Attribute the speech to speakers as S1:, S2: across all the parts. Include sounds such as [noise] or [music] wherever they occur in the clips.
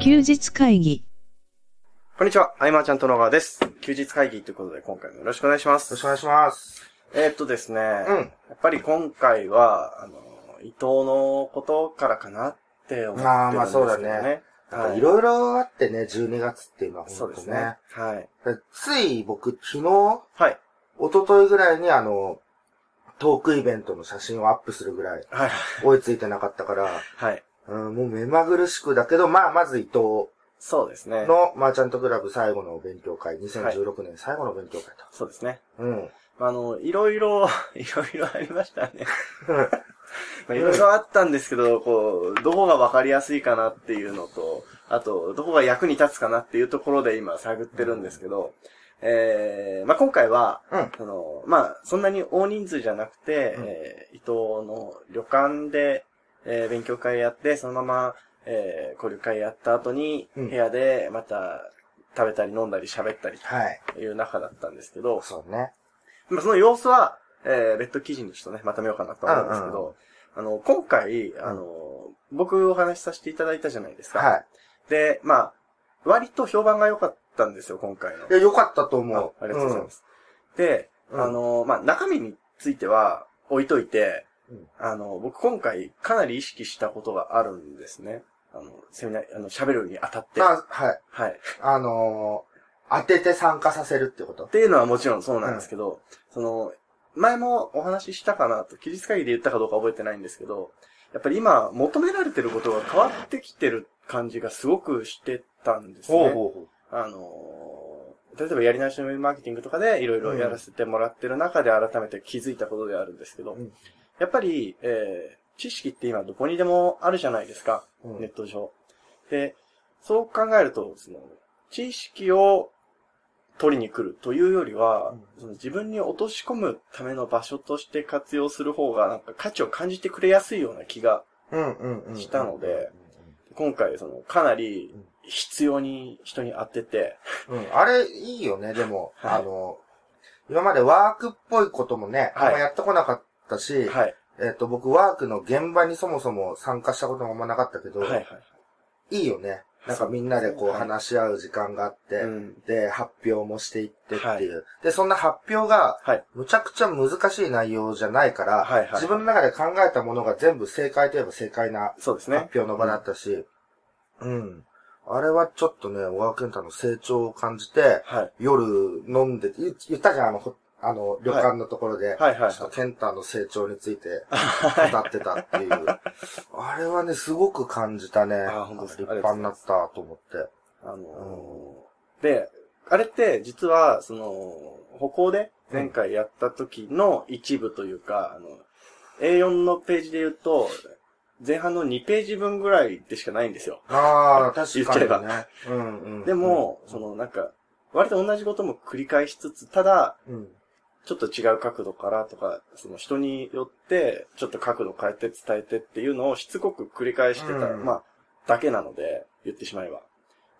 S1: 日会議。
S2: こんにちは、あいまーちゃんと野川です。休日会議ということで、今回もよろしくお願いしま
S3: よろし
S2: す
S3: くお。願いします。
S2: えーっとですね、
S3: う
S2: や
S3: ん。
S2: っぱり今回は、あの、伊藤のことからかなって思ってるんですけどね。
S3: まあまあそうだね
S2: はい
S3: いろいろあってね、12月っていうのは
S2: そう
S3: 本
S2: で
S3: 当
S2: す
S3: ね。
S2: ね。はい。
S3: でつい僕、昨日、
S2: はい。
S3: 一昨日ぐらいにあの、トークイベントの写真をアップするぐらい
S2: はい。
S3: 追いついてなかったから、
S2: はい。
S3: うん、もう目まぐるしくだけど、まあ、まず伊藤
S2: そうですね。
S3: のマーチャントクラブ最後の勉強会、2016年最後の勉強会と。
S2: そうですね。
S3: うん。
S2: あの、いろいろ、 [laughs] いろいろありましたね。 [laughs] まあいろいろあったんですけど、こう、どこがわかりやすいかなっていうのと、あと、どこが役に立つかなっていうところで今探ってるんですけど、えー、まあ今回は、
S3: うん。
S2: あの、まあ、そんなに大人数じゃなくて、
S3: うん
S2: えー伊藤の旅館で、えー勉強会やって、そのまま、えー、交流会やった後に、
S3: うん
S2: 部屋でまた食べたり飲んだり喋ったり
S3: はい。
S2: という中だったんですけど、
S3: そうね。
S2: まあ、その様子は、えー、別途記事にちょっとね、まとめようかなと思うんですけ
S3: うん
S2: ど、あの、今回、あの、僕お話しさせていただいたじゃないですか。
S3: は
S2: で、まあ、割と評判が良かったんですよ、今回の。
S3: い。いや、よかったと思う。
S2: あありがとうございます。で、
S3: うん
S2: あの、まあ、中身については置いといて、
S3: うん
S2: あの、僕今回かなり意識したことがあるんですね。あの、セミナー、あの、喋るにあたって。
S3: うん。
S2: は
S3: あ、はい。
S2: い。
S3: あのー当てて参加させるってこと
S2: っていうのはもちろんそうなんですけど、その、前もお話ししたかなと、期日会議で言ったかどうか覚えてないんですけど、やっぱり今求められてることが変わってきてる感じがすごくしてたんですね。
S3: うほ
S2: あのー例えばやり直しのウェブマーケティングとかでいろいろやらせてもらってる中で改めて気づいたことであるんですけど、
S3: うん
S2: やっぱり、えー知識って今どこにでもあるじゃないですか、
S3: うん
S2: ネット上。で、そう考えると、その、知識を取りに来るというよりは、
S3: うん
S2: その自分に落とし込むための場所として活用する方がなんか価値を感じてくれやすいような気が、
S3: うんうんうんうん。
S2: したので今回そのかなり必要に人に当てて、
S3: うん。うん。あれ、いいよね、でも、
S2: はい
S3: あの、今までワークっぽいこともね、
S2: はい
S3: あんまやってこなかったし、
S2: はい、
S3: えっ、と、僕、ワークの現場にそもそも参加したこともあんまなかったけど、
S2: はい、はい
S3: い、いよね。なんかみんなでこう
S2: はい
S3: 話し合う時間があって、
S2: うん。
S3: で、発表もしていってっていう。で、そんな発表が、
S2: はい。
S3: むちゃくちゃ難しい内容じゃないから、
S2: はいはい
S3: 自分の中で考えたものが全部正解といえば正解な
S2: そうですね。
S3: 発表の場だったし、うん。あれはちょっとね、小川健太の成長を感じて、
S2: はい。
S3: 夜飲んで、言言ったじゃん、あの、ほあの、旅館のところ
S2: は
S3: で、
S2: いはいはい
S3: ちょっと健太の成長につい
S2: [laughs]
S3: て
S2: はい
S3: 語ってたっていう。あれはね、すごく感じたね。
S2: あ本当です
S3: 立
S2: か
S3: 派になったと思って。
S2: あのーで、あれって実は、その、歩行で前回やった時の一部というか、あの、A4 のページで言うと、前半の2ページ分ぐらいでしかないんですよ。
S3: ああ、確
S2: 言っちゃ
S3: か
S2: え
S3: にね。うんうん。
S2: でも、
S3: うん
S2: そ、のなんか、割と同じことも繰り返しつつ、ただ、
S3: うん。
S2: ちょっと違う角度からとか、その人によって、ちょっと角度変えて伝えてっていうのをしつこく繰り返してた、
S3: うん
S2: まあ、だけなので、言ってしまえば。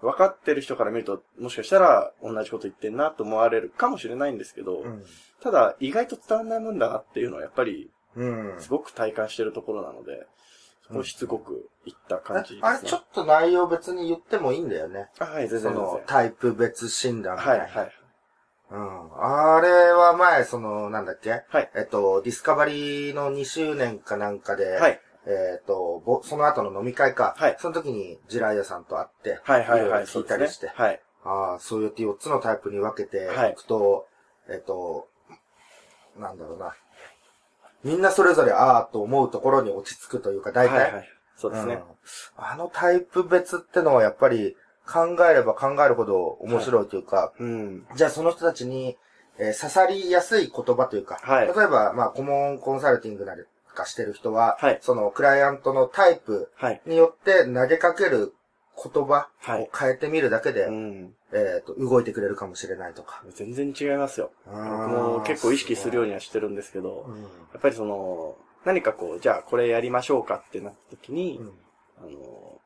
S2: 分かってる人から見ると、もしかしたら同じこと言ってんなと思われるかもしれないんですけど、
S3: うん。
S2: ただ意外と伝わんないもんだなっていうのはやっぱり
S3: うん。
S2: すごく体感してるところなので、そこをしつこく言った感じです、ね
S3: あれちょっと内容別に言ってもいいんだよね。
S2: あはい、全
S3: そ
S2: 然全然。
S3: のタイプ別診断み
S2: は
S3: た
S2: い、
S3: いな。
S2: はい。
S3: うん。あれは前、その、なんだっけ
S2: はい。
S3: えっと、ディスカバリーの2周年かなんかで、
S2: はい。
S3: えっと、ぼその後の飲み会か、
S2: はい
S3: その時にジライアさんと会って、
S2: はい、はい、
S3: ろ
S2: はいい。
S3: ろ聞いたりし
S2: そ
S3: て、
S2: うですねはい。
S3: ああ、そうやって4つのタイプに分けて
S2: はい
S3: いくと、えっと、なんだろうな。みんなそれぞれああと思うところに落ち着くというか、大体、
S2: はい、はい。そうですね。
S3: うんあのタイプ別ってのはやっぱり考えれば考えるほど面白いというか、
S2: うん。
S3: じゃあその人たちに、えー刺さりやすい言葉というか、
S2: はい
S3: 例えば、まあ、顧問コンサルティングなりかしてる人は、
S2: はい
S3: そのクライアントのタイプ
S2: はい。
S3: によって投げかける言葉
S2: は
S3: を
S2: い。
S3: 変えてみるだけで、
S2: うん。
S3: えっ、と、動いてくれるかもしれないとか。
S2: 全然違いますよ。
S3: 僕
S2: 僕も結構意識するようにはしてるんですけ
S3: う
S2: ど、
S3: ん
S2: やっぱりその、何かこう、じゃあこれやりましょうかってなった時に、
S3: うん
S2: あの、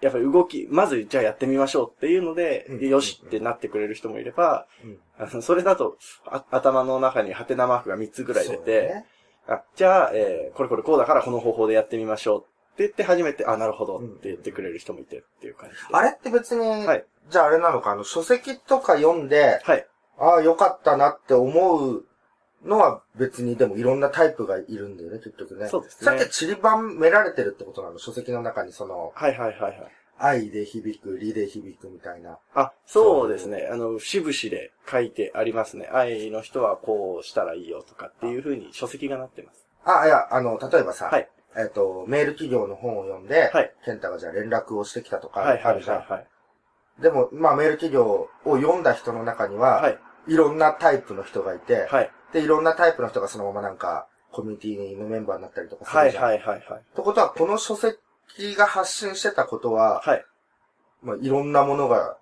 S2: やっぱり動き、まずじゃあやってみましょうっていうので、
S3: うん
S2: よしってなってくれる人もいれば、
S3: うん
S2: あのそれだとあ頭の中にハテナマークが3つぐらい出
S3: そうだ
S2: て、
S3: ね
S2: あじゃあ、えーこれこれこうだからこの方法でやってみましょうっってって初めて、あ、なるほどって言ってくれる人もいてっていう感じで。
S3: あれって別に、
S2: はい
S3: じゃああれなのか、あの、書籍とか読んで、
S2: はい。
S3: ああ、よかったなって思うのは別にでもいろんなタイプがいるんだよね、結局ね。
S2: そうですね
S3: それって散りばめられてるってことなの書籍の中にその、
S2: はいはいはいはい。
S3: 愛で響く、理で響くみたいな。
S2: あ、そうですね。あの、節々で書いてありますね。愛の人はこうしたらいいよとかっていうふうに書籍がなってます。
S3: あ、いや、あの、例えばさ、
S2: はい。
S3: えっ、と、メール企業の本を読んで、
S2: はい
S3: 健太がじゃあ連絡をしてきたとか、
S2: はい
S3: あ
S2: はいは
S3: る
S2: い
S3: じゃん。
S2: はい。
S3: でも、まあメール企業を読んだ人の中には、
S2: はい。
S3: いろんなタイプの人がいて、
S2: はい。
S3: で、いろんなタイプの人がそのままなんか、コミュニティのメンバーになったりとかす
S2: は
S3: る
S2: い
S3: じゃん。
S2: はいはいはい。
S3: ってことは、この書籍が発信してたことは、
S2: はい。
S3: まあ、いろんなものが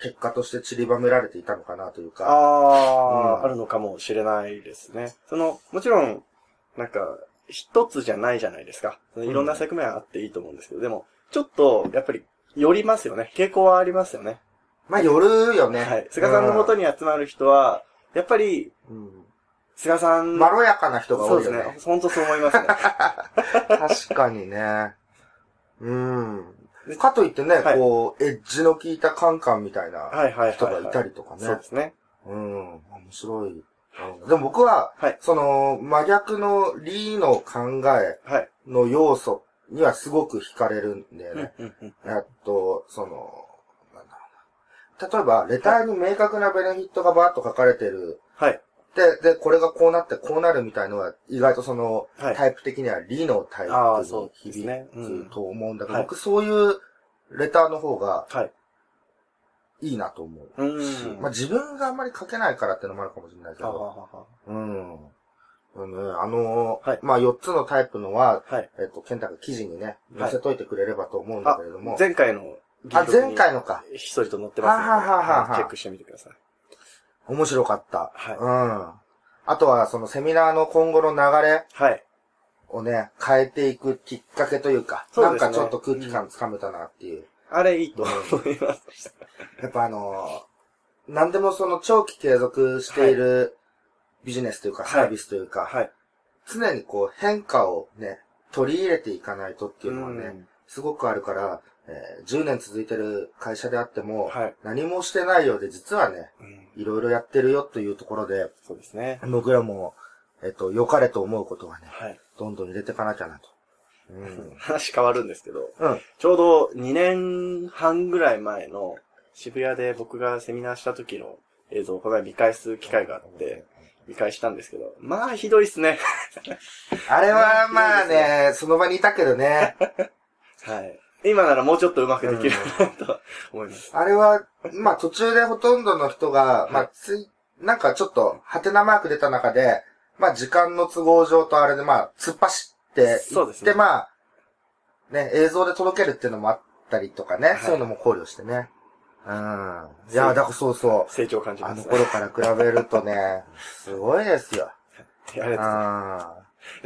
S3: 結果として散りばめられていたのかなという
S2: あ
S3: か、
S2: あ、
S3: うん
S2: あるのかもしれないですね。その、もちろん、なんか、一つじゃないじゃないですか。そのいろんな側面はあっていいと思うんですけど、でも、ちょっと、やっぱり、寄りますよね。傾向はありますよね。
S3: まあ、よるよね。
S2: はい。菅さんのもとに集まる人は、やっぱり、
S3: うん
S2: 菅さん、
S3: まろやかな人が
S2: そう
S3: 多
S2: で
S3: い
S2: す
S3: よ
S2: ね
S3: ね。。
S2: 本当そう思いますね。
S3: 確かにね。うん。かといってね、
S2: はい
S3: こう、エッジの効いたカンカンみたいな
S2: はいはいはい、はい。
S3: 人がいたりとかね。
S2: そうですね。
S3: うん。面白い。でも僕は、
S2: はい
S3: その、真逆のリーの考え
S2: はい。
S3: の要素にはすごく惹かれるんだよ
S2: う
S3: ね
S2: ん。うんうん。
S3: えっと、その、なんだろうな。例えば、レターに明確なベネフィットがバーッと書かれてる。
S2: はい。
S3: で、で、これがこうなってこうなるみたいのは、意外とその、
S2: はい
S3: タイプ的には理のタイ
S2: ああ
S3: プ
S2: そ
S3: に
S2: うですねうん
S3: 響くと思うんだけど、
S2: はい
S3: 僕そういうレターの方が
S2: はい。
S3: いいなと思う。
S2: う
S3: し
S2: ーん。
S3: まあ、自分があんまり書けないからってのもあるかもしれないけ
S2: は
S3: ど。
S2: はは
S3: うん。あのね、あのー
S2: はい
S3: まあ、4つのタイプのは、
S2: はい。
S3: えっと、ケンタが記事にね、
S2: は
S3: 載
S2: い
S3: せといてくれればと思うんだ
S2: あ
S3: けれども。、
S2: 前回の、
S3: あ、前回のか。
S2: ひっそりと載ってますので、
S3: ははははは
S2: チェックしてみてください。
S3: 面白かった。
S2: はい
S3: うん。あとは、そのセミナーの今後の流れ
S2: はい。
S3: をね、変えていくきっかけというか、
S2: そうですね
S3: なんかちょっと空気感つかめたなっていう。
S2: あれいいと思います。
S3: やっぱあのー、何でもその長期継続しているビジネスというか
S2: はい
S3: サービスというか、
S2: はい。
S3: 常にこう変化をね、取り入れていかないとっていうのはね、
S2: うん
S3: すごくあるから、えー10年続いてる会社であっても、
S2: はい
S3: 何もしてないようで実はね、
S2: うん
S3: いろいろやってるよというところで、
S2: そうですね。
S3: 僕らも、えっと、良かれと思うことはね、
S2: はい。
S3: どんどん入れていかなきゃなと。うん。
S2: 話変わるんですけど、
S3: うん。
S2: ちょうど2年半ぐらい前の渋谷で僕がセミナーした時の映像をこの前見返す機会があって、見返したんですけど、まあひどいっすね。
S3: あれは、まあ
S2: いいで
S3: ね、その場にいたけどね、
S2: はい。今ならもうちょっとうまくできるなと思います。
S3: あれは、まあ途中でほとんどの人が、
S2: い
S3: まあつい、なんかちょっと、ハテナマーク出た中で、まあ時間の都合上とあれでまあ突っ走っていって、
S2: そうですね
S3: まあ、ね、映像で届けるっていうのもあったりとかね、
S2: い
S3: そういうのも考慮してね。うん。いや、だからそうそう。
S2: 成長を感じ
S3: あ
S2: ま
S3: の
S2: す。 [laughs]
S3: 頃から比べるとね、すごいですよ。
S2: ありがとうございます。
S3: あ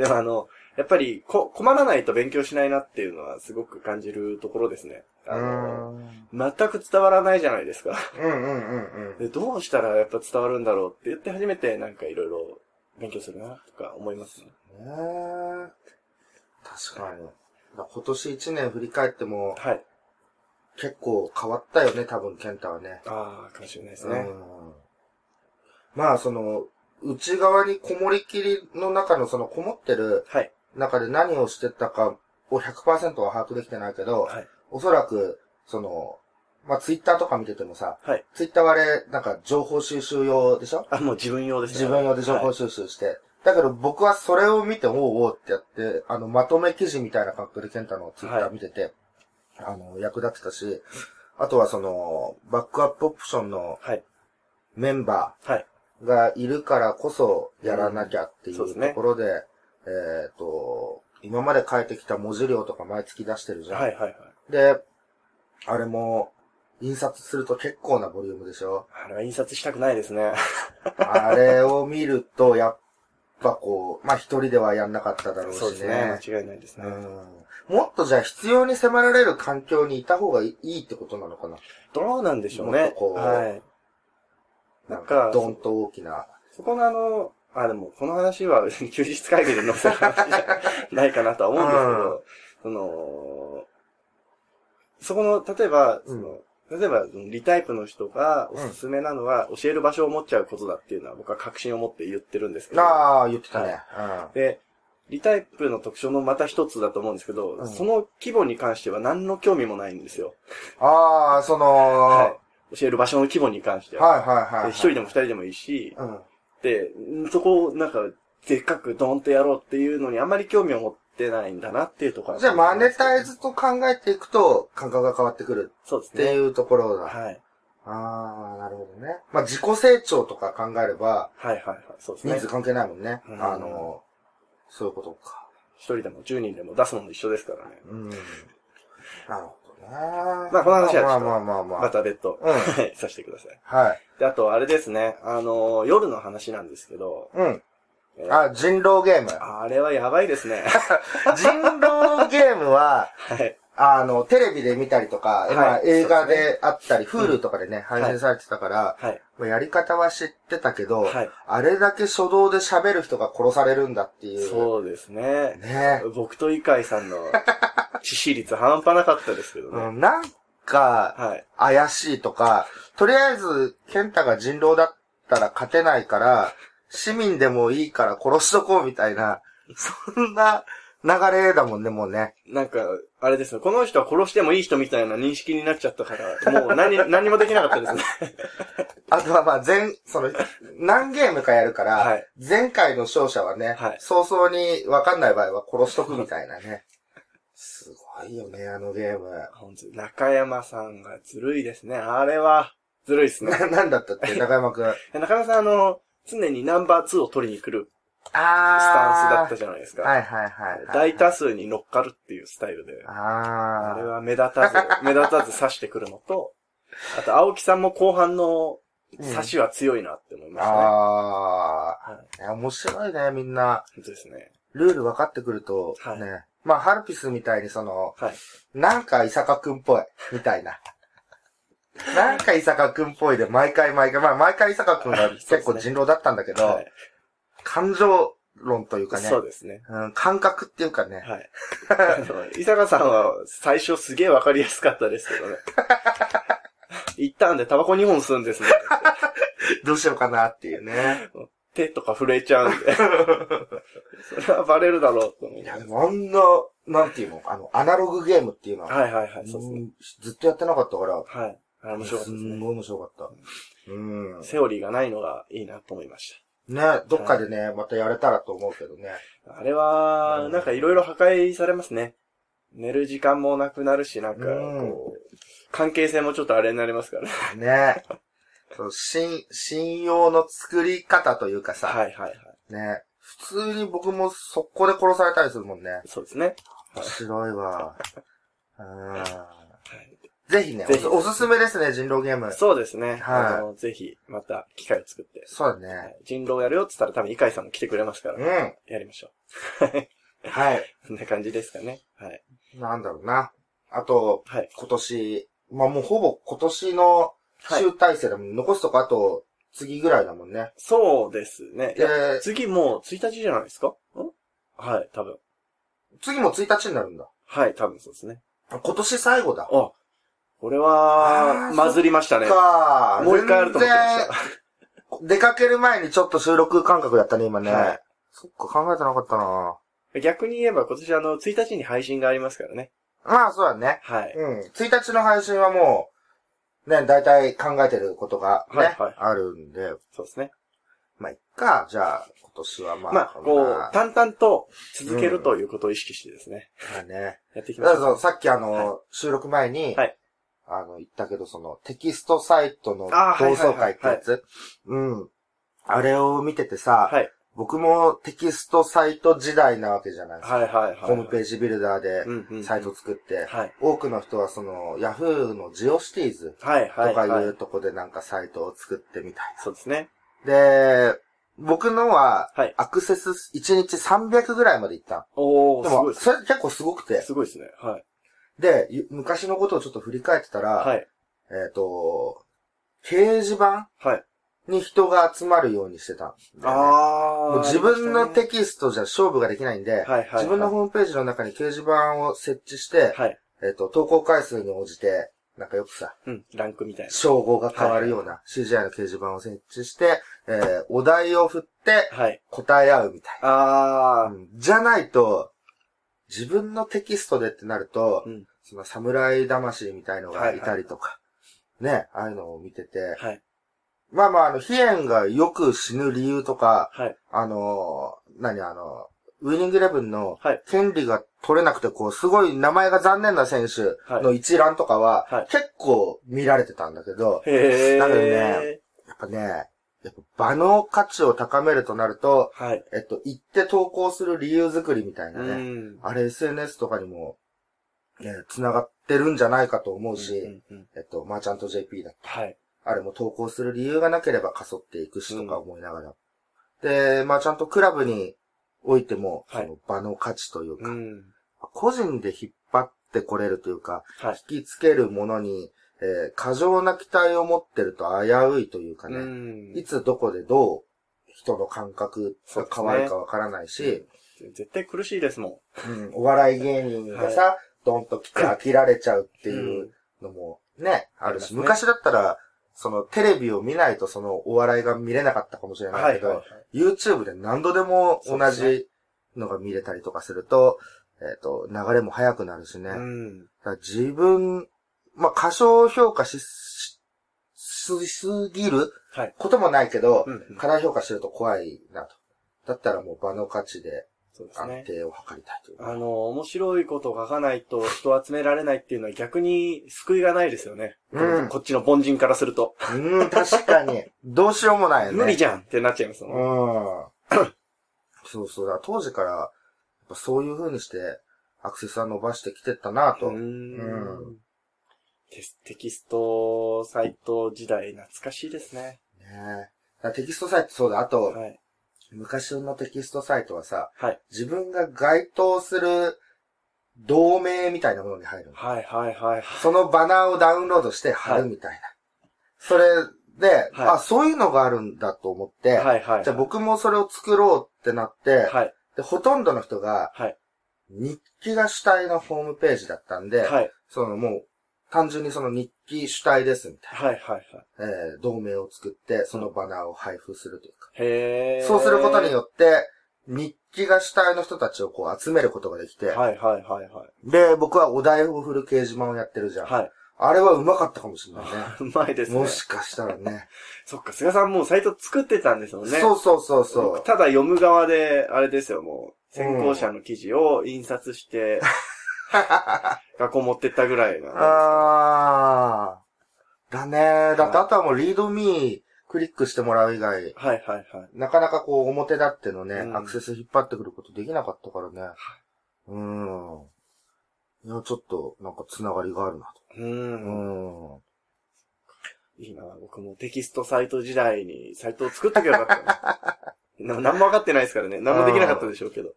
S2: でもあの、やっぱり、こ、困らないと勉強しないなっていうのはすごく感じるところですね。
S3: あ
S2: あ
S3: う
S2: の、
S3: ん
S2: 全く伝わらないじゃないですか。
S3: うんうんうんうん。
S2: で、どうしたらやっぱ伝わるんだろうって言って初めてなんかいろいろ勉強するなとか思いますね。
S3: ねえ確かに。だから今年一年振り返っても、
S2: はい。
S3: 結構変わったよね、多分、ケンタはね。
S2: ああ、かもしれないです
S3: う
S2: ね。
S3: んまあ、その、内側にこもりきりの中の、そのこもってる
S2: はい。
S3: 中で何をしてたかを100%は把握できてないけど、
S2: はい。
S3: おそらく、その、まあ、ツイッターとか見ててもさ、
S2: はい。
S3: ツイッターはあれ、なんか情報収集用でしょ
S2: あ、もう自分用ですね。
S3: 自分用で情報
S2: はい
S3: 収集して。だけど僕はそれを見て、おうおうってやって、あの、まとめ記事みたいな感覚でケンタのツイッタ
S2: は
S3: ー
S2: い
S3: 見てて、あの、役立ってたし、あとはその、バックアップオプションの
S2: はい。
S3: メンバ
S2: はい。
S3: ーがいるからこそやらなきゃっていう
S2: うんそうですね
S3: ところで、えっ、と、今まで書いてきた文字量とか毎月出してるじゃん。
S2: はい。はい。はい。
S3: で、あれも、印刷すると結構なボリュームでしょ
S2: あれは印刷したくないですね。
S3: あれを見ると、やっぱこう、まあ一人ではやんなかっただろうしね。
S2: そうですね。間違いないです
S3: う
S2: ね。
S3: んもっとじゃあ必要に迫られる環境にいた方がいいってことなのかな
S2: どうなんでしょう
S3: もっ
S2: ね
S3: とこ。う
S2: はい。
S3: な
S2: なんん
S3: か
S2: か、
S3: ドンと大きな。
S2: そこのあの、 [laughs] あ、でも、この話は別に休日会議で載せる話じゃないかなとは思うんですけど、その、そこの、例えば、その、例えば、そのリタイプの人がおすすめなのは、教える場所を持っちゃうことだっていうのは僕は確信を持って言ってるんですけど、
S3: ああ、言ってたね。
S2: で、リタイプの特徴のまた一つだと思うんですけど、
S3: うん
S2: その規模に関しては何の興味もないんですよ。
S3: うん。ああ、その、は
S2: はい。教える場所の規模に関して
S3: い
S2: は。
S3: はいはいは
S2: で
S3: い。
S2: 一人でも二人でもいいし、
S3: うん。
S2: で、そこをなんか、でっかくドンとやろうっていうのにあんまり興味を持ってないんだなっていうところ
S3: じゃあ、マネタイ
S2: ズ
S3: ズと考えていくと、感覚が変わってくる
S2: そうです
S3: って
S2: ね。
S3: いうところだ。
S2: はい。
S3: ああ、なるほどね。まあ、自己成長とか考えれば、
S2: はいはいはい。そうですね
S3: 人。数関係ないもんね。
S2: うん
S3: あの、そういうことか。
S2: 一人でも十人でも出すもの一緒ですからね。
S3: うん。なるほどね。
S2: まあこの話はちょっと
S3: まあまあまあまあ。
S2: また別途、
S3: うん
S2: はいさせてください。
S3: はい。
S2: で、あと、あれですね。あのー夜の話なんですけど、
S3: うん
S2: え。ー
S3: あ、人狼ゲーム。
S2: あれはやばいです
S3: [laughs]
S2: ね。
S3: 人狼ゲームは、 [laughs]
S2: はい。
S3: あの、テレビで見たりとか、
S2: い
S3: まあ映画
S2: そうです
S3: であったり、Hulu とかでね、配信されてたから、
S2: はい。
S3: まあやり方は知ってたけど
S2: はい、
S3: あれだけ初動で喋る人が殺されるんだっていう。
S2: そうですね。
S3: ね。
S2: 僕とイカイさんの致死率半端なかったですけどね。
S3: うんなんか、
S2: はい。
S3: 怪しいとか、とりあえず、ケンタが人狼だったら勝てないから、市民でもいいから殺しとこうみたいな、そんな流れだもんね、もうね。
S2: なんか、あれですね。この人は殺してもいい人みたいな認識になっちゃったから、もう
S3: [laughs]
S2: 何、何もできなかったですね。
S3: あとはまあ前、その、何ゲームかやるから、
S2: はい
S3: 前回の勝者はね、
S2: はい
S3: 早々に分かんない場合は殺しとくみたいなね。すごいよね、あのゲーム。
S2: 本当に中山さんがずるいですね。あれは、ずるいです
S3: [laughs]
S2: ね。
S3: な、なんだったって、中
S2: [laughs]
S3: 山くん。あー。
S2: 中山さん、あの、常にナンバー2を取りに来る
S3: ス
S2: ス
S3: タ
S2: タンスだったじゃないですか。
S3: はいはいはい、はい。
S2: 大多数に乗っかるっていうスタイルで。あ
S3: あ
S2: れ
S3: ー。
S2: は目立たず、目立たず刺してくるのと、あと、青木さんも後半の刺しは強いなって思いましたね。
S3: あ
S2: はい
S3: ー。いや面白いね、みんな。
S2: 本当ですね。
S3: ルール分かってくると、
S2: はい
S3: ね。まあ、ハルピスみたいにその、
S2: はい。
S3: なんか伊坂くんっぽい、みたいな。 [laughs] なんか伊坂くんっぽいで、毎回毎回、まあ毎回伊坂くんが結構人狼だったんだけど、
S2: はい
S3: 感情論というかね、
S2: そうですね。
S3: うん、感覚っていうか
S2: [laughs]
S3: ね、
S2: はい。あの伊坂さんは最初すげえわかりやすかったですけどね。一旦でタバコ2本吸うんですね。
S3: どうしようかなっていうね。
S2: 手とか震えちゃうんで。それはバレるだろうと思い
S3: い
S2: ま
S3: や、
S2: す
S3: でもあんな、なんていうの、あの、アナログゲームっていうのは、
S2: はいはいはい、そうです
S3: う
S2: ね。
S3: んずっとやってなかったから、
S2: はい。あれ面白かったです
S3: すん
S2: ね。
S3: ごい面白かった。うん。
S2: セオリーがないのがいいなと思いました。
S3: ね、どっかでね、またやれたらと思うけどね。
S2: あれは
S3: う、ん
S2: なんかいろいろ破壊されますね。寝る時間もなくなるし、なんか、
S3: うん
S2: こう、関係性もちょっとあれになりますからね。
S3: ね。そう、信、信用の作り方というかさ、
S2: はいはいはい。
S3: ね。普通に僕も速攻で殺されたりするもんね。
S2: そうですね。
S3: 面白いわ。うー
S2: い
S3: んぜひね
S2: ぜひ
S3: おす、おすすめですね、人狼ゲーム。
S2: そうですね。
S3: はい
S2: あの、ぜひ、また機会を作って。
S3: そう
S2: は
S3: だね。
S2: い人狼やるよって言ったら多分、イカイさんも来てくれますから、
S3: う
S2: やりましょ
S3: ん。はい。
S2: う。そんな感じですかね。はい。
S3: なんだろうな。あと、
S2: はい。
S3: 今年、まあもうほぼ今年の
S2: はい。
S3: 集大成でもん、残すとかあと、次ぐらいだもんね。
S2: そうですね。い
S3: で
S2: や、、次もう1日じゃないですかんはい、多分。
S3: 次も1日になるんだ。
S2: はい、多分そうですね。
S3: 今年最後だ。
S2: あ、これは
S3: あ、ー
S2: まずりましたね。
S3: か
S2: もう一回あると思ってました。
S3: 出かける前にちょっと収録感覚だったね、今ね。
S2: はい
S3: そっか、考えてなかったな
S2: 逆に言えば今年あの、1日に配信がありますからね。
S3: まあ、そうだね。
S2: はい。
S3: うん。1日の配信はもう、ね、だいたい考えてることがね、
S2: はいはい
S3: あるんで、
S2: そうですね。
S3: まあ、いっか、じゃあ、今年はまあ、
S2: まあ、こう、
S3: う、
S2: 淡々と続けるということを意識してですね。
S3: まあね。
S2: やっていき
S3: だ
S2: ま
S3: か
S2: し
S3: らそ
S2: ょ
S3: うさっきあの、
S2: は
S3: 収録前に、
S2: はい
S3: あの、言ったけど、その、テキストサイトの
S2: あーはいは
S3: 同
S2: い
S3: 窓
S2: はい
S3: 会ってやつ、うん。あれを見ててさ、
S2: はい
S3: 僕もテキストサイト時代なわけじゃないですか。
S2: はいはいはい。
S3: ホームページビルダーで
S2: うんうんうん
S3: サイト作って、
S2: はい。
S3: 多くの人はその Yahoo のジオシティーズ
S2: はい
S3: と
S2: はい
S3: かい
S2: は
S3: う
S2: い。
S3: とこでなんかサイトを作ってみたい
S2: そうですね。
S3: な。で、僕のは
S2: はい
S3: アクセス1日300ぐらいまでいった
S2: お
S3: の。
S2: ー、
S3: です
S2: ご
S3: も、
S2: いです
S3: それ結構すごく
S2: ね。
S3: て。
S2: すごいですね。はい。
S3: で、ゆ昔のことをちょっと振り返ってたら、
S2: はい。
S3: えっ、と、掲示板
S2: はい。
S3: に人が集まるようにしてたんだよね、
S2: あ
S3: もう自分のテキストじゃ勝負ができないんで、
S2: はいはいはい
S3: 自分のホームページの中に掲示板を設置して、
S2: はい。
S3: えっ、と、投稿回数に応じて、なんかよくさ、
S2: うん。ランクみたい
S3: 称号が変わるような CGI の掲示板を設置して、えーお題を振って
S2: な。はい。
S3: 答え合うみたいな。
S2: あ
S3: うんじゃないと、自分のテキストでってなると、
S2: うん
S3: その侍魂みたいのがいたりとか、ね、ああいうのを見てて、
S2: ー。はい。
S3: まあまあ、あの、ヒエンがよく死ぬ理由とか、
S2: はい。
S3: あのー何あの、ウィニングイレブンの
S2: はい
S3: 権利が取れなくて、こう、すごい名前が残念な選手の一覧とかは、
S2: はい
S3: 結構見られてたんだけど、
S2: へえ。
S3: なるほどね。やっぱね、やっぱ場の価値を高めるとなると、
S2: はい。
S3: えっと、行って投稿する理由作りみたいな
S2: う
S3: ね、
S2: ん。
S3: あれ SNS とかにも、ね、繋がってるんじゃないかと思うし、
S2: うんうんうん
S3: えっと、マーチャント JP だ
S2: はい。
S3: あれも投稿する理由がなければかそっていくしとか思いながら。で、まあちゃんとクラブにおいても、
S2: はい
S3: その場の価値という
S2: う
S3: か、
S2: ん。
S3: 個人で引っ張ってこれるというか、
S2: はい。
S3: 引きつけるものに、えー過剰な期待を持ってると危ういというか
S2: う
S3: ね、
S2: ん。
S3: いつどこでどう人の感覚が変わるかわからないし、
S2: 絶対苦しいですも
S3: うんお笑い芸人がさ、ドンと来て飽きられちゃうっていうのもね、あ
S2: あ
S3: る
S2: ります
S3: し、
S2: ね
S3: 昔だったら、そのテレビを見ないとそのお笑いが見れなかったかもしれ
S2: ん。
S3: ないけど、YouTube で何度でも同
S2: そうで
S3: じのが見れたりとかすると、えっ、と、流れも早くなるしね。だ
S2: うん。
S3: から自分、まあ、過小評価し、ししすぎる
S2: はい。
S3: こともないけど、
S2: うんうん
S3: 過大評価してると怖いなと。だったらもう場の価値で
S2: そうです
S3: 安
S2: ね。
S3: 定を図りたいという。
S2: あの、面白いことを書かないと人を集められないっていうのは逆に救いがないですよね。
S3: うん
S2: こっちの凡人からすると。
S3: うん、確かに。 [laughs] どうしようもないよね。
S2: 無理じゃんってなっちゃいますもん。
S3: うん。そうそうだ。当時から、やっぱそういう風にして、アクセスは伸ばしてきてったなと。う
S2: うんテステキストサイト時代懐かしいですね。
S3: ねえだからテキストサイト、そうだ。あと、
S2: はい。
S3: 昔のテキストサイトはさ、
S2: はい。
S3: 自分が該当する同盟みたいなものに入るの。
S2: はいはいはい。
S3: そのバナーをダウンロードして貼るみたいな。それで、
S2: はい
S3: あ、そういうのがあるんだと思って、
S2: はいはい。
S3: じゃあ僕もそれを作ろうってなって、
S2: はい。
S3: でほとんどの人が、
S2: はい。
S3: 日記が主体のホームページだったんで、
S2: はい。
S3: そのもう、単純にその日記主体ですみたい
S2: はいはいはい。
S3: な、えー同盟を作って、そのバナーを配布するというか、
S2: へー
S3: そうすることによって、日記が主体の人たちをこう集めることができて、
S2: はいはいはいは
S3: で、僕はお題を振る掲示板をやってるじゃん。
S2: い。はい。
S3: あれはうまかったかもしれないね。
S2: うまいですね
S3: も。しかしたらね。
S2: そっか、菅さんもうサイト作ってたんですもんね。
S3: そうそうそう
S2: 僕
S3: そ
S2: ただ読む側で、あれですよ、もう、先行者の記事を印刷して、学校持ってったぐらいなん
S3: う。あー。だね。だって
S2: は
S3: あとはもうリードミークリックしてもらう以外、
S2: です。はいはいはい。
S3: なかなかこう表だってのね、
S2: うん
S3: アクセス引っ張ってくることできなかったからね。うん。いや、ちょっと、なんかつながりがあるな
S2: う
S3: と。
S2: ん。
S3: うん。
S2: いいな、僕もテキストサイト時代にサイトを作っとけばよかったな。な何も分かってないですからね。何もできなかったでしょうけど。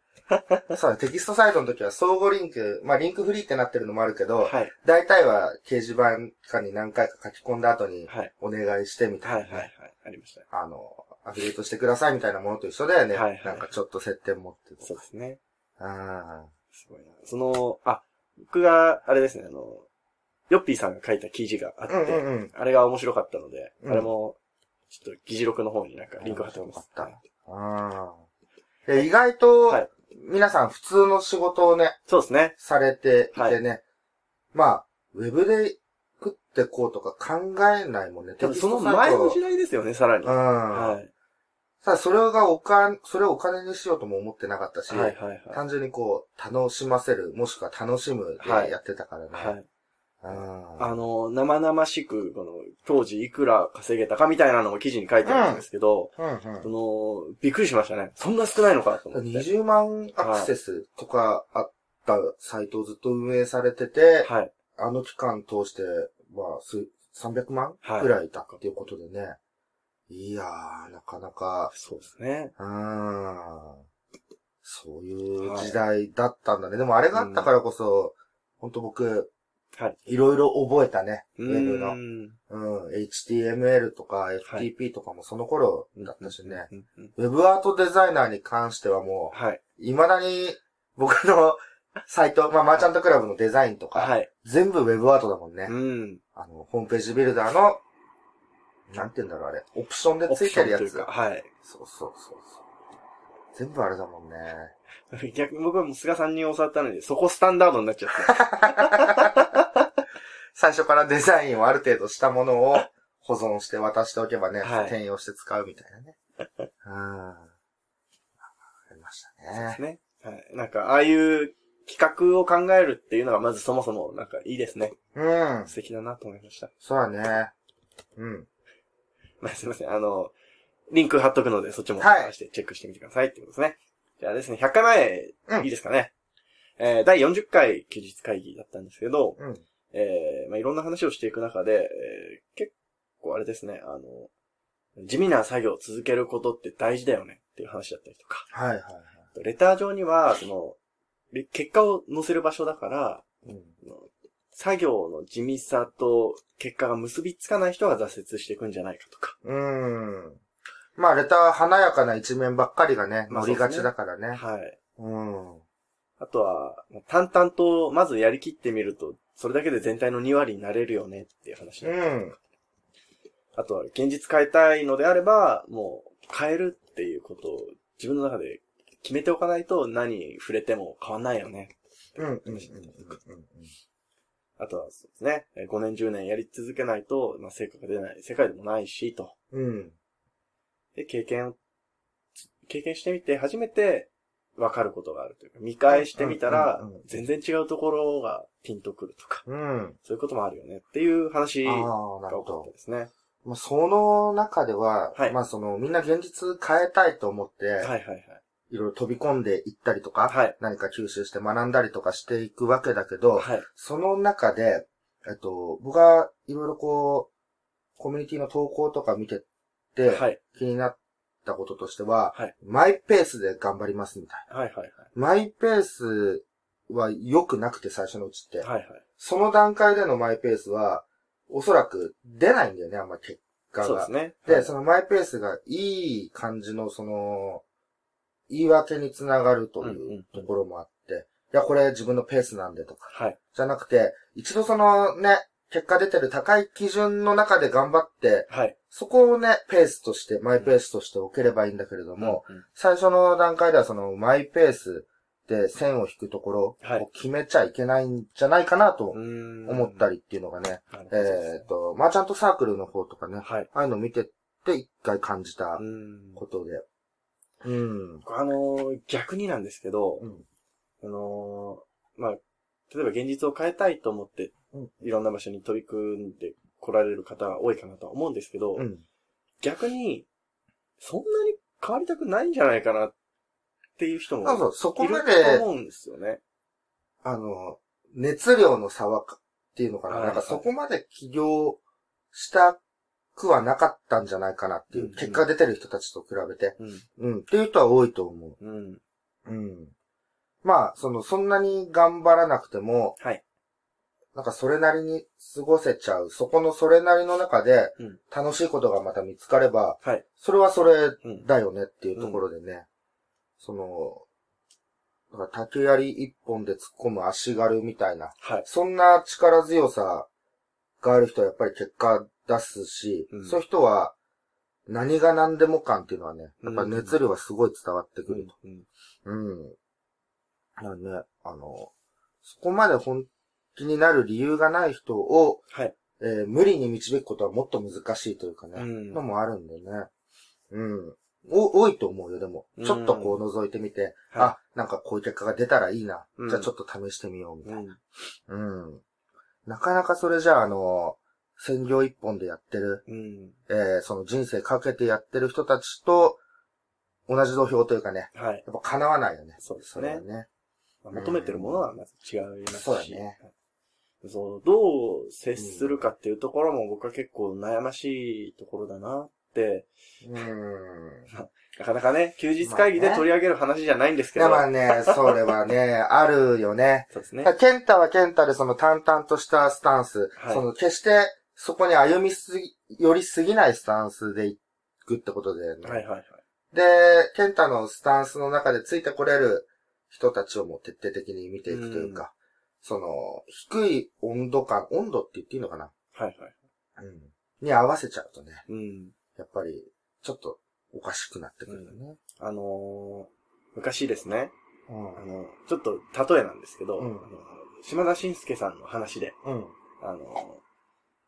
S3: そうだテキストサイトの時は相互リンク、まあリンクフリーってなってるのもあるけど、
S2: はい。
S3: 大体は掲示板かに何回か書き込んだ後に
S2: はい。
S3: お願いしてみた
S2: はいい
S3: な
S2: は
S3: ね、
S2: いはい。ありました。
S3: あの、アフィリエイトしてくださいみたいなものと一緒だよね。
S2: はいはい
S3: なんかちょっと接点持って
S2: そうですね。
S3: あ
S2: すごいな。その、あ、僕が、あれですね、あの、ヨッピーさんが書いた記事があっ
S3: あ。
S2: て、
S3: うんうんうん。
S2: あれが面白かったので、
S3: うん
S2: あれも、ちょっと議事録の方になんかリンク貼っておきます。
S3: 面白かあーで意外と、
S2: はい
S3: 皆さん普通の仕事をね、
S2: そうですね。
S3: されていてね、まあ、ウェブで食ってこうとか考えないもんね。
S2: 多分その
S3: テキストサイ
S2: 前
S3: ト
S2: の時代ですよね、さらに。
S3: う
S2: は
S3: ん。
S2: い。はい
S3: さあ、それがお金、それをお金にしようとも思ってなかったし、
S2: はいは
S3: 単純にこう、楽しませる、もしくは楽しむ
S2: はい
S3: でやってたからね。
S2: い。はい。
S3: うん
S2: あの、生々しく、この、当時いくら稼げたかみたいなのも記事に書いてあるんですけど、
S3: うん
S2: その、びっくりしましたね。そんな少ないのかと思
S3: うん、
S2: って。
S3: 20万アクセスとかあったサイトをずっと運営されてて、
S2: はい。
S3: あの期間通して、まあ、す300万
S2: はい
S3: くらいいたっていうことでね。い、やー、なかなか、
S2: そうですね。
S3: うん。そういう時代だったんだね。でもあれがあったからこそ、本当僕、
S2: はい。
S3: いろいろ覚えたね。ウ
S2: う
S3: ェブの。
S2: ーん。
S3: うん。HTML とか
S2: い
S3: FTP とかもその頃だったしね。
S2: うんうん
S3: ウェブアートデザイナーに関してはも
S2: はい。
S3: う、未だに僕のサイト、まあ、マーチャントクラブのデザインとか、
S2: はい。
S3: 全部ウェブアートだもんね。
S2: うん。
S3: あの、ホームページビルダーの、なんて言うんだろう、あれ。オプションでついてるや
S2: オプションと
S3: つ。
S2: いうかはい。 [laughs]
S3: そうそうそうそう。全部あれだもんね。
S2: 逆に僕はもう菅さんに教わったので、そこスタンダードになっちゃった。
S3: 最初からデザインをある程度したものを保存して渡しておけばね、
S2: はい
S3: 転用して使うみたいな
S2: [laughs]
S3: ね。うん。わかりましたね。
S2: ね。はい。なんか、ああいう企画を考えるっていうのが、まずそもそも、なんかいいですね。
S3: うん。
S2: 素敵だなと思いました。
S3: そうだね。うん。
S2: まあ、すいません。あの、リンク貼っとくので、そっちも
S3: はい
S2: してチェックしてみてくださいってことですね。じゃあですね、100回前、
S3: うん
S2: いいですかね。えー第40回休日会議だったんですけど、
S3: うん。
S2: えーまあ、いろんな話をしていく中で、えー結構あれですね、あの、地味な作業を続けることって大事だよねっていう話だったりとか、
S3: はいはいはい。
S2: レター上には、その、れ結果を載せる場所だから、
S3: うん。
S2: 作業の地味さと結果が結びつかない人が挫折していくんじゃないかとか、
S3: うん。まあ、レターは華やかな一面ばっかりがね、
S2: まあ
S3: 乗りがちだからね。
S2: はい。
S3: うん。
S2: あとは、淡々と、まずやりきってみると、それだけで全体の2割になれるよねっていう話だったりとか
S3: うん
S2: あとは、現実変えたいのであれば、もう、変えるっていうことを自分の中で決めておかないと何触れても変わんないよね。
S3: うん。うん。うん。うん。
S2: あとは、そうですね。えー5年10年やり続けないと、まあ、成果が出ない世界でもないし、と。
S3: うん。うん
S2: で、経験を、経験してみて、初めて分かることがあるというか、見返してみたら
S3: うんうんうんうん、
S2: 全然違うところがピンとくるとか、
S3: うん。あ
S2: そういうこともあるよねっていう話
S3: あ、
S2: が
S3: な
S2: 多
S3: るほ
S2: かっ
S3: ど
S2: た。ですね。
S3: まあ、その中では、
S2: はい
S3: まあその、みんな現実変えたいと思って、
S2: はいはい
S3: い、
S2: はい。
S3: ろいろ飛び込んでいったりとか、
S2: はい
S3: 何か吸収して学んだりとかしていくわけだけど、
S2: はい。
S3: その中で、えっと、僕はいろいろこう、コミュニティの投稿とか見てて、
S2: はい。
S3: 気になったこととしては、
S2: はい
S3: マイペースで頑張りますみたい
S2: はいはいはい。
S3: な。マイペースは良くなくて最初のうちって、
S2: はいはい。
S3: その段階でのマイペースは、おそらく出ないんだよね、あんまり結果が。
S2: そうですね。
S3: で、
S2: はい
S3: そのマイペースがいい感じの、その、言い訳につながると
S2: うんうん
S3: いううんところもあって、いや、これ自分のペースなんでとか、
S2: はい。
S3: じゃなくて、一度そのね、結果出てる高い基準の中で頑張って、
S2: はい。
S3: そこをね、ペースとして、マイペースとして置ければいいんだけれども、
S2: うん、
S3: 最初の段階ではそのマイペースで線を引くところ
S2: はい
S3: を決めちゃいけないんじゃないかなと
S2: うん
S3: 思ったりっていうのがね、
S2: なるほどです
S3: えっ、と、マーチャントサークルの方とかね、
S2: はい。
S3: ああいうの見てって一回感じた
S2: うん
S3: ことで。うん。
S2: あのー逆になんですけど
S3: う、ん。
S2: あのーまあ、例えば現実を変えたいと思って
S3: うん、
S2: いろんな場所に取り組んで来られる方が多いかなとは思うんですけど、
S3: うん。
S2: 逆に、そんなに変わりたくないんじゃないかなっていう人も
S3: そうそう、そこ
S2: いる
S3: まで
S2: と、思うんですよね。
S3: あの、熱量の差はか、っていうのかな。
S2: はい
S3: なんかそこまで起業したくはなかったんじゃないかなっていうう、
S2: ん
S3: 結果出てる人たちと比べて、
S2: うん。
S3: うん、っていう人は多いと思う。
S2: うん。
S3: うん。まあ、その、そんなに頑張らなくても、
S2: はい。
S3: なんかそれなりに過ごせちゃう。そこのそれなりの中で
S2: うん、
S3: 楽しいことがまた見つかれば、
S2: はい。
S3: それはそれ
S2: うん。
S3: だよねっていうところでね、その、なんか竹槍一本で突っ込む足軽みたいな、
S2: はい。
S3: そんな力強さがある人はやっぱり結果出すし、
S2: うん
S3: そういう人は何が何でも感っていうのはね、やっぱ熱量はすごい伝わってくると。
S2: うん
S3: うん。なんでね、あの、そこまで本気になる理由がない人を、
S2: はい。
S3: えー無理に導くことはもっと難しいというかね、
S2: うん
S3: のもあるんでね。うん。お、多いと思うよ、でも
S2: う。ん
S3: ちょっとこう覗いてみて、
S2: はい
S3: あ、なんかこういう結果が出たらいいな。
S2: うん
S3: じゃあちょっと試してみよう、みたい
S2: うん。
S3: な。うん。なかなかそれじゃあ、あの、専業一本でやってる、
S2: うん。
S3: えーその人生かけてやってる人たちと、同じ土俵というかね、
S2: はい。
S3: やっぱ叶わないよね。
S2: そうです
S3: それは
S2: ね。
S3: ね。
S2: まあ求めてるものはまず違いますし。
S3: そうだね
S2: はい。そう、どう接するかっていうところも僕は結構悩ましいところだなっって、
S3: うーん。
S2: なかなかね、休日会議で
S3: まあね
S2: 取り上げる話じゃないんですけ
S3: で
S2: ど。
S3: もね、それ
S2: [laughs]
S3: はね、あるよね。
S2: そうです
S3: だ
S2: ね
S3: か。らケンタはケンタでその淡々としたスタンス、
S2: はい
S3: その決してそこに歩みすぎ、寄りすぎないスタンスで行くってことだよね。
S2: はいはいはい。
S3: で、ケンタのスタンスの中でついてこれる人たちをもう徹底的に見ていくというか、その、低い温度感、温度って言っていいのかな
S2: はいはい。
S3: うん。に合わせちゃうとね、
S2: うん。
S3: やっぱり、ちょっとおかしくなってくるよね。
S2: あのー、昔ですね。
S3: うん
S2: あの、ちょっと例えなんですけど、
S3: うん
S2: あの島田紳介さんの話で、
S3: うん。
S2: あの、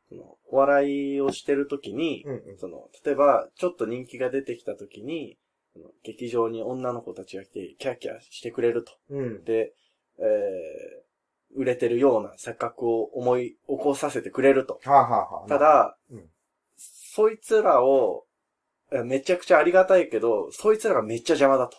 S2: そのお笑いをしてるときに、
S3: うんうん
S2: その、例えば、ちょっと人気が出てきたときに、その劇場に女の子たちが来て、キャーキャーしてくれると。
S3: うん。
S2: で、えー、売れてるような錯覚を思い起こさせてくれると。
S3: はあ、はあはあ、
S2: た、だ、
S3: うん
S2: そいつらを、えーめちゃくちゃありがたいけど、そいつらがめっちゃ邪魔だと。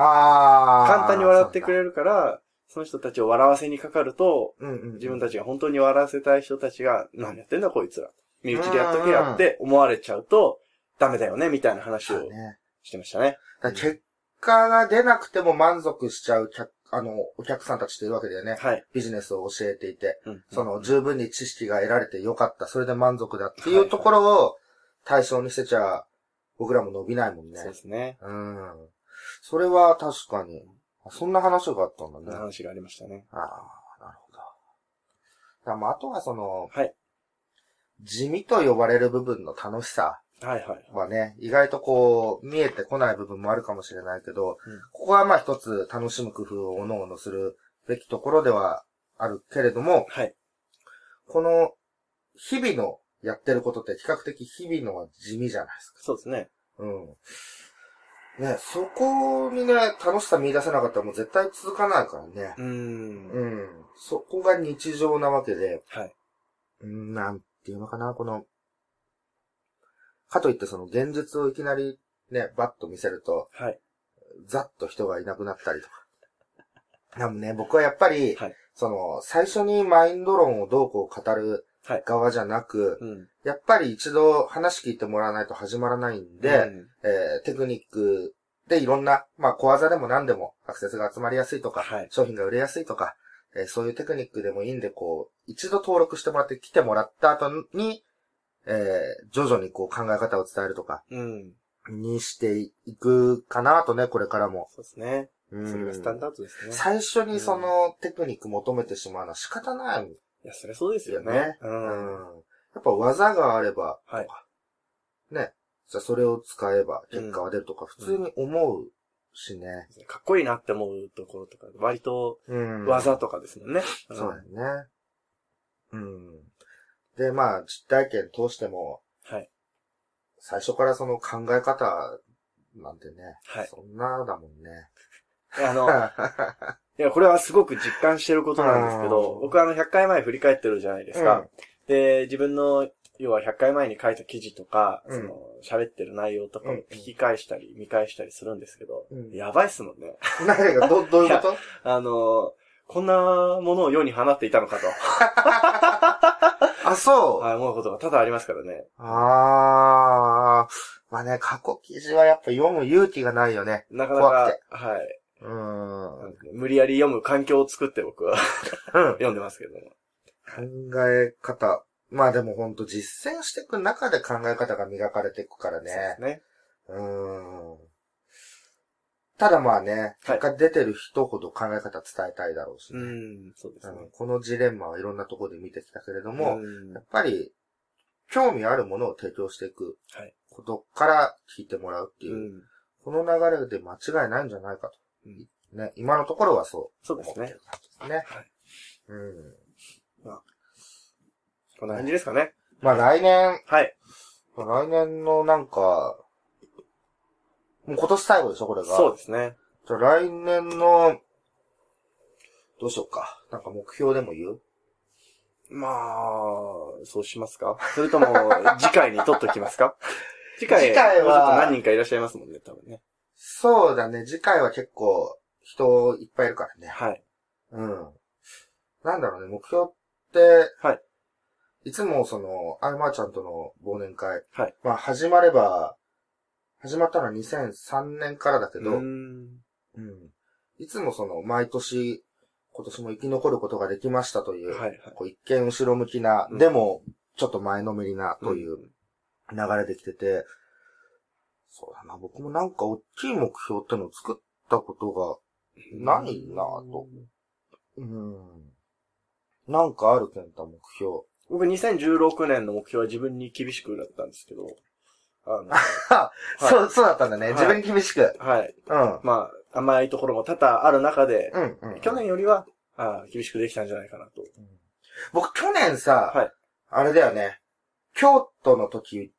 S3: ああ。
S2: 簡単に笑ってく
S3: る。
S2: れるから、その人たちを笑わせにかかると、
S3: うんうん。
S2: 自分たちが本当に笑わせたい人たちが、何やってんだこいつら。身内でやっとけやって思われちゃうと、ダメだよね、みたいな話
S3: そう
S2: を
S3: ね。
S2: してましたね。
S3: だから結果が出なくても満足しちゃう客、あの、お客さんたちっているわけだよね。
S2: はい。
S3: ビジネスを教えていて、
S2: うん
S3: その十分に知識が得られてよかった、それで満足だってい
S2: はいう
S3: ところを対象にしてちゃ、僕らも伸びないもんね
S2: そう。ですね。
S3: うん。それは確かに。あそんな話があったん
S2: そんな
S3: だね。
S2: 話がありましたね。
S3: ああ、なるほど。だからまああとはその、
S2: はい。
S3: 地味と呼ばれる部分の楽しさ。
S2: はいはい。
S3: まあね、意外とこう、見えてこない部分もあるかもしれないけど、
S2: うん
S3: ここはまあ一つ楽しむ工夫を各々するべきところではあるけれども、
S2: はい。
S3: この、日々のやってることって比較的日々のは地味じゃないですか。
S2: そうですね。
S3: うん。ね、そこにね、楽しさ見出せなかったらもう絶対続かないからね。
S2: うーん。
S3: うん。そこが日常なわけで、
S2: はい。
S3: うんなんていうのかな、この、かといってその現実をいきなりね、バッと見せると、
S2: はい。
S3: ざっと人がいなくなったりとか。でもね、僕はやっぱり、
S2: はい
S3: その、最初にマインド論をどうこう語る
S2: はい
S3: 側じゃなく、
S2: うん。
S3: やっぱり一度話聞いてもらわないと始まらないんで、
S2: うん、
S3: えーテクニックでいろんな、まあ小技でも何でもアクセスが集まりやすいとか、
S2: はい
S3: 商品が売れやすいとか、えーそういうテクニックでもいいんで、こう、一度登録してもらって来てもらった後に、えー徐々にこう考え方を伝えるとか、
S2: うん。
S3: にしていくかなとね、これからも。
S2: そうですね。
S3: う
S2: それがスタン
S3: ん
S2: ダードですね。
S3: 最初にそのテクニック求めてしまうのは仕方ないん
S2: いや、そりゃそうで
S3: ですすよ
S2: よね。
S3: ね。
S2: うん。は
S3: うんやっぱ技があれば、
S2: はい
S3: ね。じゃあそれを使えば結果は出るとか、普通に思うしね。
S2: い。かっこいいなって思うところとか、割と
S3: うん
S2: 技とかですもんね。ん
S3: そうだよね。うん。で、まあ、実体験通しても、
S2: はい。
S3: 最初からその考え方なんてね。
S2: はい
S3: そんなだもんね。
S2: あ
S3: [laughs]
S2: の、いや、これはすごく実感してることなんですけ
S3: う
S2: ど
S3: ん、
S2: 僕はあの、100回前振り返ってるじゃないですか。
S3: うん
S2: で、自分の、要は100回前に書いた記事とか、
S3: うん
S2: その、喋ってる内容とかを
S3: うん
S2: 聞き返したり、見返したりするんですけど、
S3: うん
S2: やばいっすもんね。 [laughs]
S3: 何が、ど、どういうこと
S2: あの、こんなものを世に放っていたのかと、
S3: あ、 [laughs] そう。
S2: あ思うことが多々ありますからね。
S3: あー。まあね、過去記事はやっぱ読む勇気がないよね。
S2: なかな
S3: 怖
S2: か
S3: く、
S2: はい。
S3: うーん。
S2: 無理やり読む環境を作って僕は [laughs] 読んでますけども。
S3: 考え方。まあでもほんと実践していく中で考え方が磨かれていくから
S2: そうで
S3: ね
S2: す。ね。
S3: うーん。ただまあね、
S2: はい
S3: 結果出てる人ほど考え方伝えたいだろうし
S2: う
S3: ね、
S2: ん、そうです
S3: うん
S2: ね。
S3: このジレンマはいろんなところで見てきたけれど
S2: う
S3: も、
S2: ん
S3: やっぱり、興味あるものを提供していく
S2: はい。
S3: ことから聞いてもらうっていうう、
S2: ん。
S3: この流れで間違いないんじゃないかと。
S2: うん
S3: ね、今のところはそ
S2: そう
S3: う
S2: で
S3: 思っ
S2: すね
S3: てる。感じですね。
S2: はい
S3: うん。
S2: こんな感じですかね。
S3: まあ来年、
S2: はい。
S3: 来年のなんか、もう今年最後でしょ、これが。
S2: そうですね。
S3: じゃあ来年の、どうしようか。なんか目標でも言う
S2: まあ、そうしますかそれ
S3: [laughs]
S2: とも、次回に撮っときますか次回、
S3: 次回は
S2: もうちょっと何人かいらっしゃいますもんね、多分ね。
S3: そうだね。次回は結構人いっぱいいるからね。
S2: はい。
S3: うん。なんだろうね、目標って、
S2: はい
S3: いつもその、アイマーちゃんとの忘年会。
S2: はい。
S3: まあ、始まれば、始まったのは2003年からだけ
S2: う
S3: ど、
S2: ーん。
S3: うんいつもその、毎年、今年も生き残ることができましたという、
S2: はいはい。
S3: こう一見後ろ向きな、
S2: うん
S3: でも、ちょっと前のめりな、という流れできてて、そうだな、僕もなんか大きい目標ってのを作ったことが
S2: うん
S3: ないなぁと。うん。なんかある、ケンタ、目 [laughs] 標。
S2: 僕2016年の目標は自分に厳しくだったんですけど、あの、い
S3: そう、そうだったんだね。
S2: はい
S3: 自分に厳しく。
S2: はい。
S3: うん。
S2: まあ、甘いところも多々ある中で、
S3: うん、うん。
S2: 去年よりは、あー厳しくできたんじゃないかなと。
S3: 僕、去年さ、
S2: はい
S3: あれだよね。京都の時、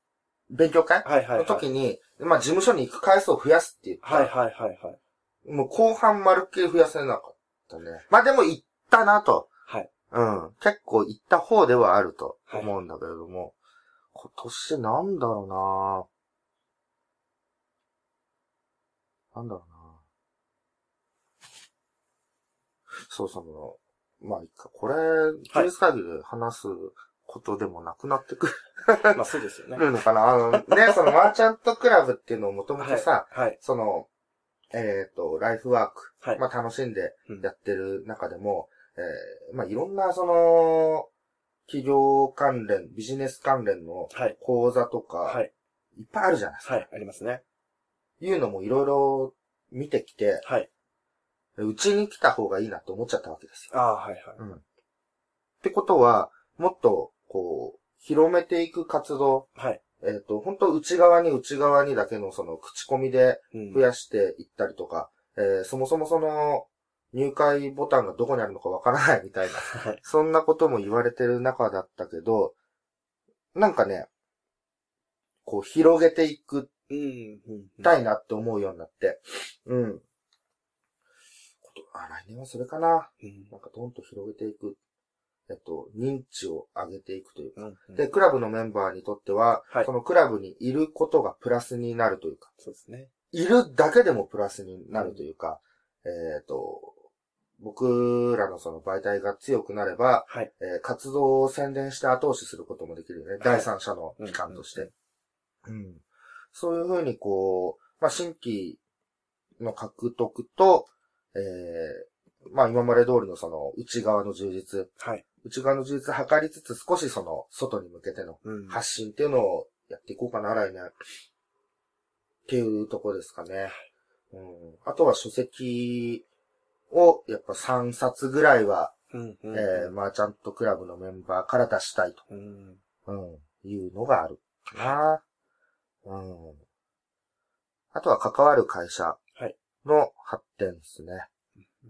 S3: 勉強会
S2: はいはいは
S3: の
S2: い。
S3: 時に、まあ、事務所に行く回数を増やすって言った。
S2: はいはいはいはい。
S3: もう後半まるっきり増やせなかったね。まあ、でも行ったなと。
S2: はい。
S3: うん。結構行った方ではあると思うんだけれども、今年なんだろうななんだろうなそうそう、まあ、いっか。これ、休日会議で話すことでもなくなってく
S2: まあそうですよね。
S3: るのかな、あの、ね、そのマーチャントクラブっていうのをもともとさ、
S2: はい。はい。
S3: その、えっ、と、ライフワーク、
S2: はい
S3: まあ楽しんで
S2: うん
S3: やってる中でも、えーまあいろんなその、企業関連、ビジネス関連の
S2: はい。
S3: 講座とか、
S2: はい。
S3: いっぱいあるじゃないですか。
S2: はい。ありますね。
S3: いうのもいろいろ見てきて、
S2: はい。
S3: うちに来た方がいいなと思っちゃったわけですよ。
S2: ああ、はいはい。
S3: うん。ってことは、もっと、こう、広めていく活動、
S2: はい。
S3: えっ、と、本当内側に内側にだけのその口コミで
S2: うん
S3: 増やしていったりとか、えーそもそもその、入会ボタンがどこにあるのかわからないみたいな、
S2: はい。
S3: そんなことも言われてる中だったけど、なんかね、こう広げていく
S2: うん。うん。うん
S3: たいなって思うようになって、うん。ことあ、来年はそれかな。
S2: うん
S3: なんかどんと広げていく。えっと、認知を上げていくというか。
S2: うんうん
S3: で、クラブのメンバーにとっては、
S2: はい
S3: そのクラブにいることがプラスになるというか、
S2: そうですね。
S3: いるだけでもプラスになるというか、えっ、と、僕らのその媒体が強くなれば、
S2: はい。
S3: えー活動を宣伝して後押しすることもできるよね。第三者の機関として。うん。そういうふうにこう、まあ、新規の獲得と、えーまあ、今まで通りのその内側の充実、
S2: はい。
S3: 内側の充実を図りつつ少しその外に向けての
S2: うん
S3: 発信っていうのをやっていこうかな、来年。っていうとこですかね。うん。あとは書籍を、やっぱ3冊ぐらいは、
S2: うんうん
S3: えー、マーチャントクラブのメンバーから出したいと、
S2: うん。
S3: うん、いうのがあるかな。うん。あとは関わる会社
S2: はい
S3: の発展ですね。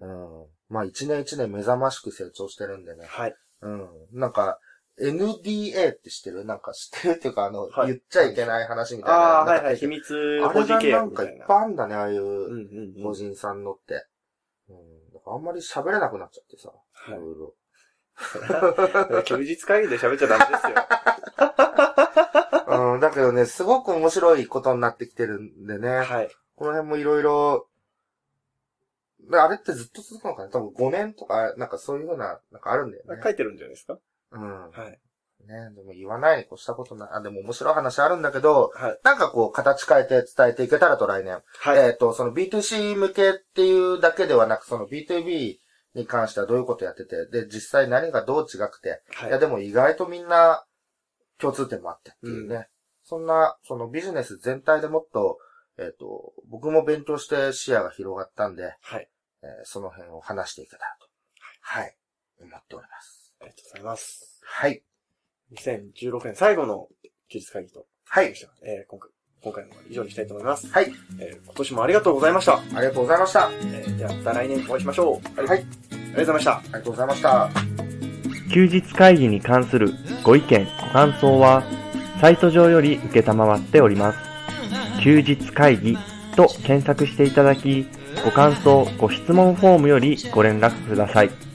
S3: うん。まあ一年一年目覚ましく成長してるんでね。
S2: はい。
S3: うん。なんか、NDA って知ってるなんか知ってるっていうか、あの、
S2: はい
S3: 言っちゃいけない話みたいな。
S2: ああ、
S3: な
S2: は
S3: ん
S2: い
S3: か
S2: はい。秘密
S3: あ
S2: 保
S3: れ
S2: 持契
S3: がな
S2: 約
S3: ん
S2: み
S3: か
S2: た
S3: いっ
S2: いな。
S3: ぱいあんだね、ああいううん
S2: うんうん。
S3: 個人さんのって。うん。なんかあんまり喋れなくなっちゃってさ、い
S2: はい
S3: ろいろ。
S2: 休日会議で喋っちゃダメですよ。
S3: うん、だけどね、すごく面白いことになってきてるんでね。
S2: [laughs] はい。
S3: この辺もいろいろ、であれってずっと続くのかな多分5年とか、なんかそういうふうな、なんかあるんだよね。
S2: 書いてるんじゃないですか
S3: うん。
S2: はい。
S3: ね、でも言わないに越したことない。あ、でも面白い話あるんだけど、
S2: はい。
S3: なんかこう、形変えて伝えていけたらと来年。
S2: はい。
S3: えっ、と、その B2C 向けっていうだけではなく、その B2B に関してはどういうことやってて、で、実際何がどう違くて、い、
S2: は
S3: や、
S2: い。
S3: でも意外とみんな共通点もあってっていうね。そんな、そのビジネス全体でもっと、えっ、と、僕も勉強して視野が広がったんで、
S2: はい。
S3: えーその辺を話していけたらと。はい。思っております。
S2: ありがとうございます。
S3: はい。
S2: 2016年最後の休日会議と
S3: は
S2: なり
S3: い
S2: まし。た。えー今回、今回も以上にしたいと思います。
S3: はい。
S2: えー今年もありがとうございました。
S3: ありがとうございました。は
S2: えーではまた来年お会いしましょう。
S3: い。
S2: あ
S3: あ
S2: りが
S3: り
S2: とうございました。
S3: がとうございました。
S1: 休日会議に関するご意見、ご感想は、サイト上より受けたまわっております。休日会議と検索していただき、ご感想、ご質問フォームよりご連絡ください。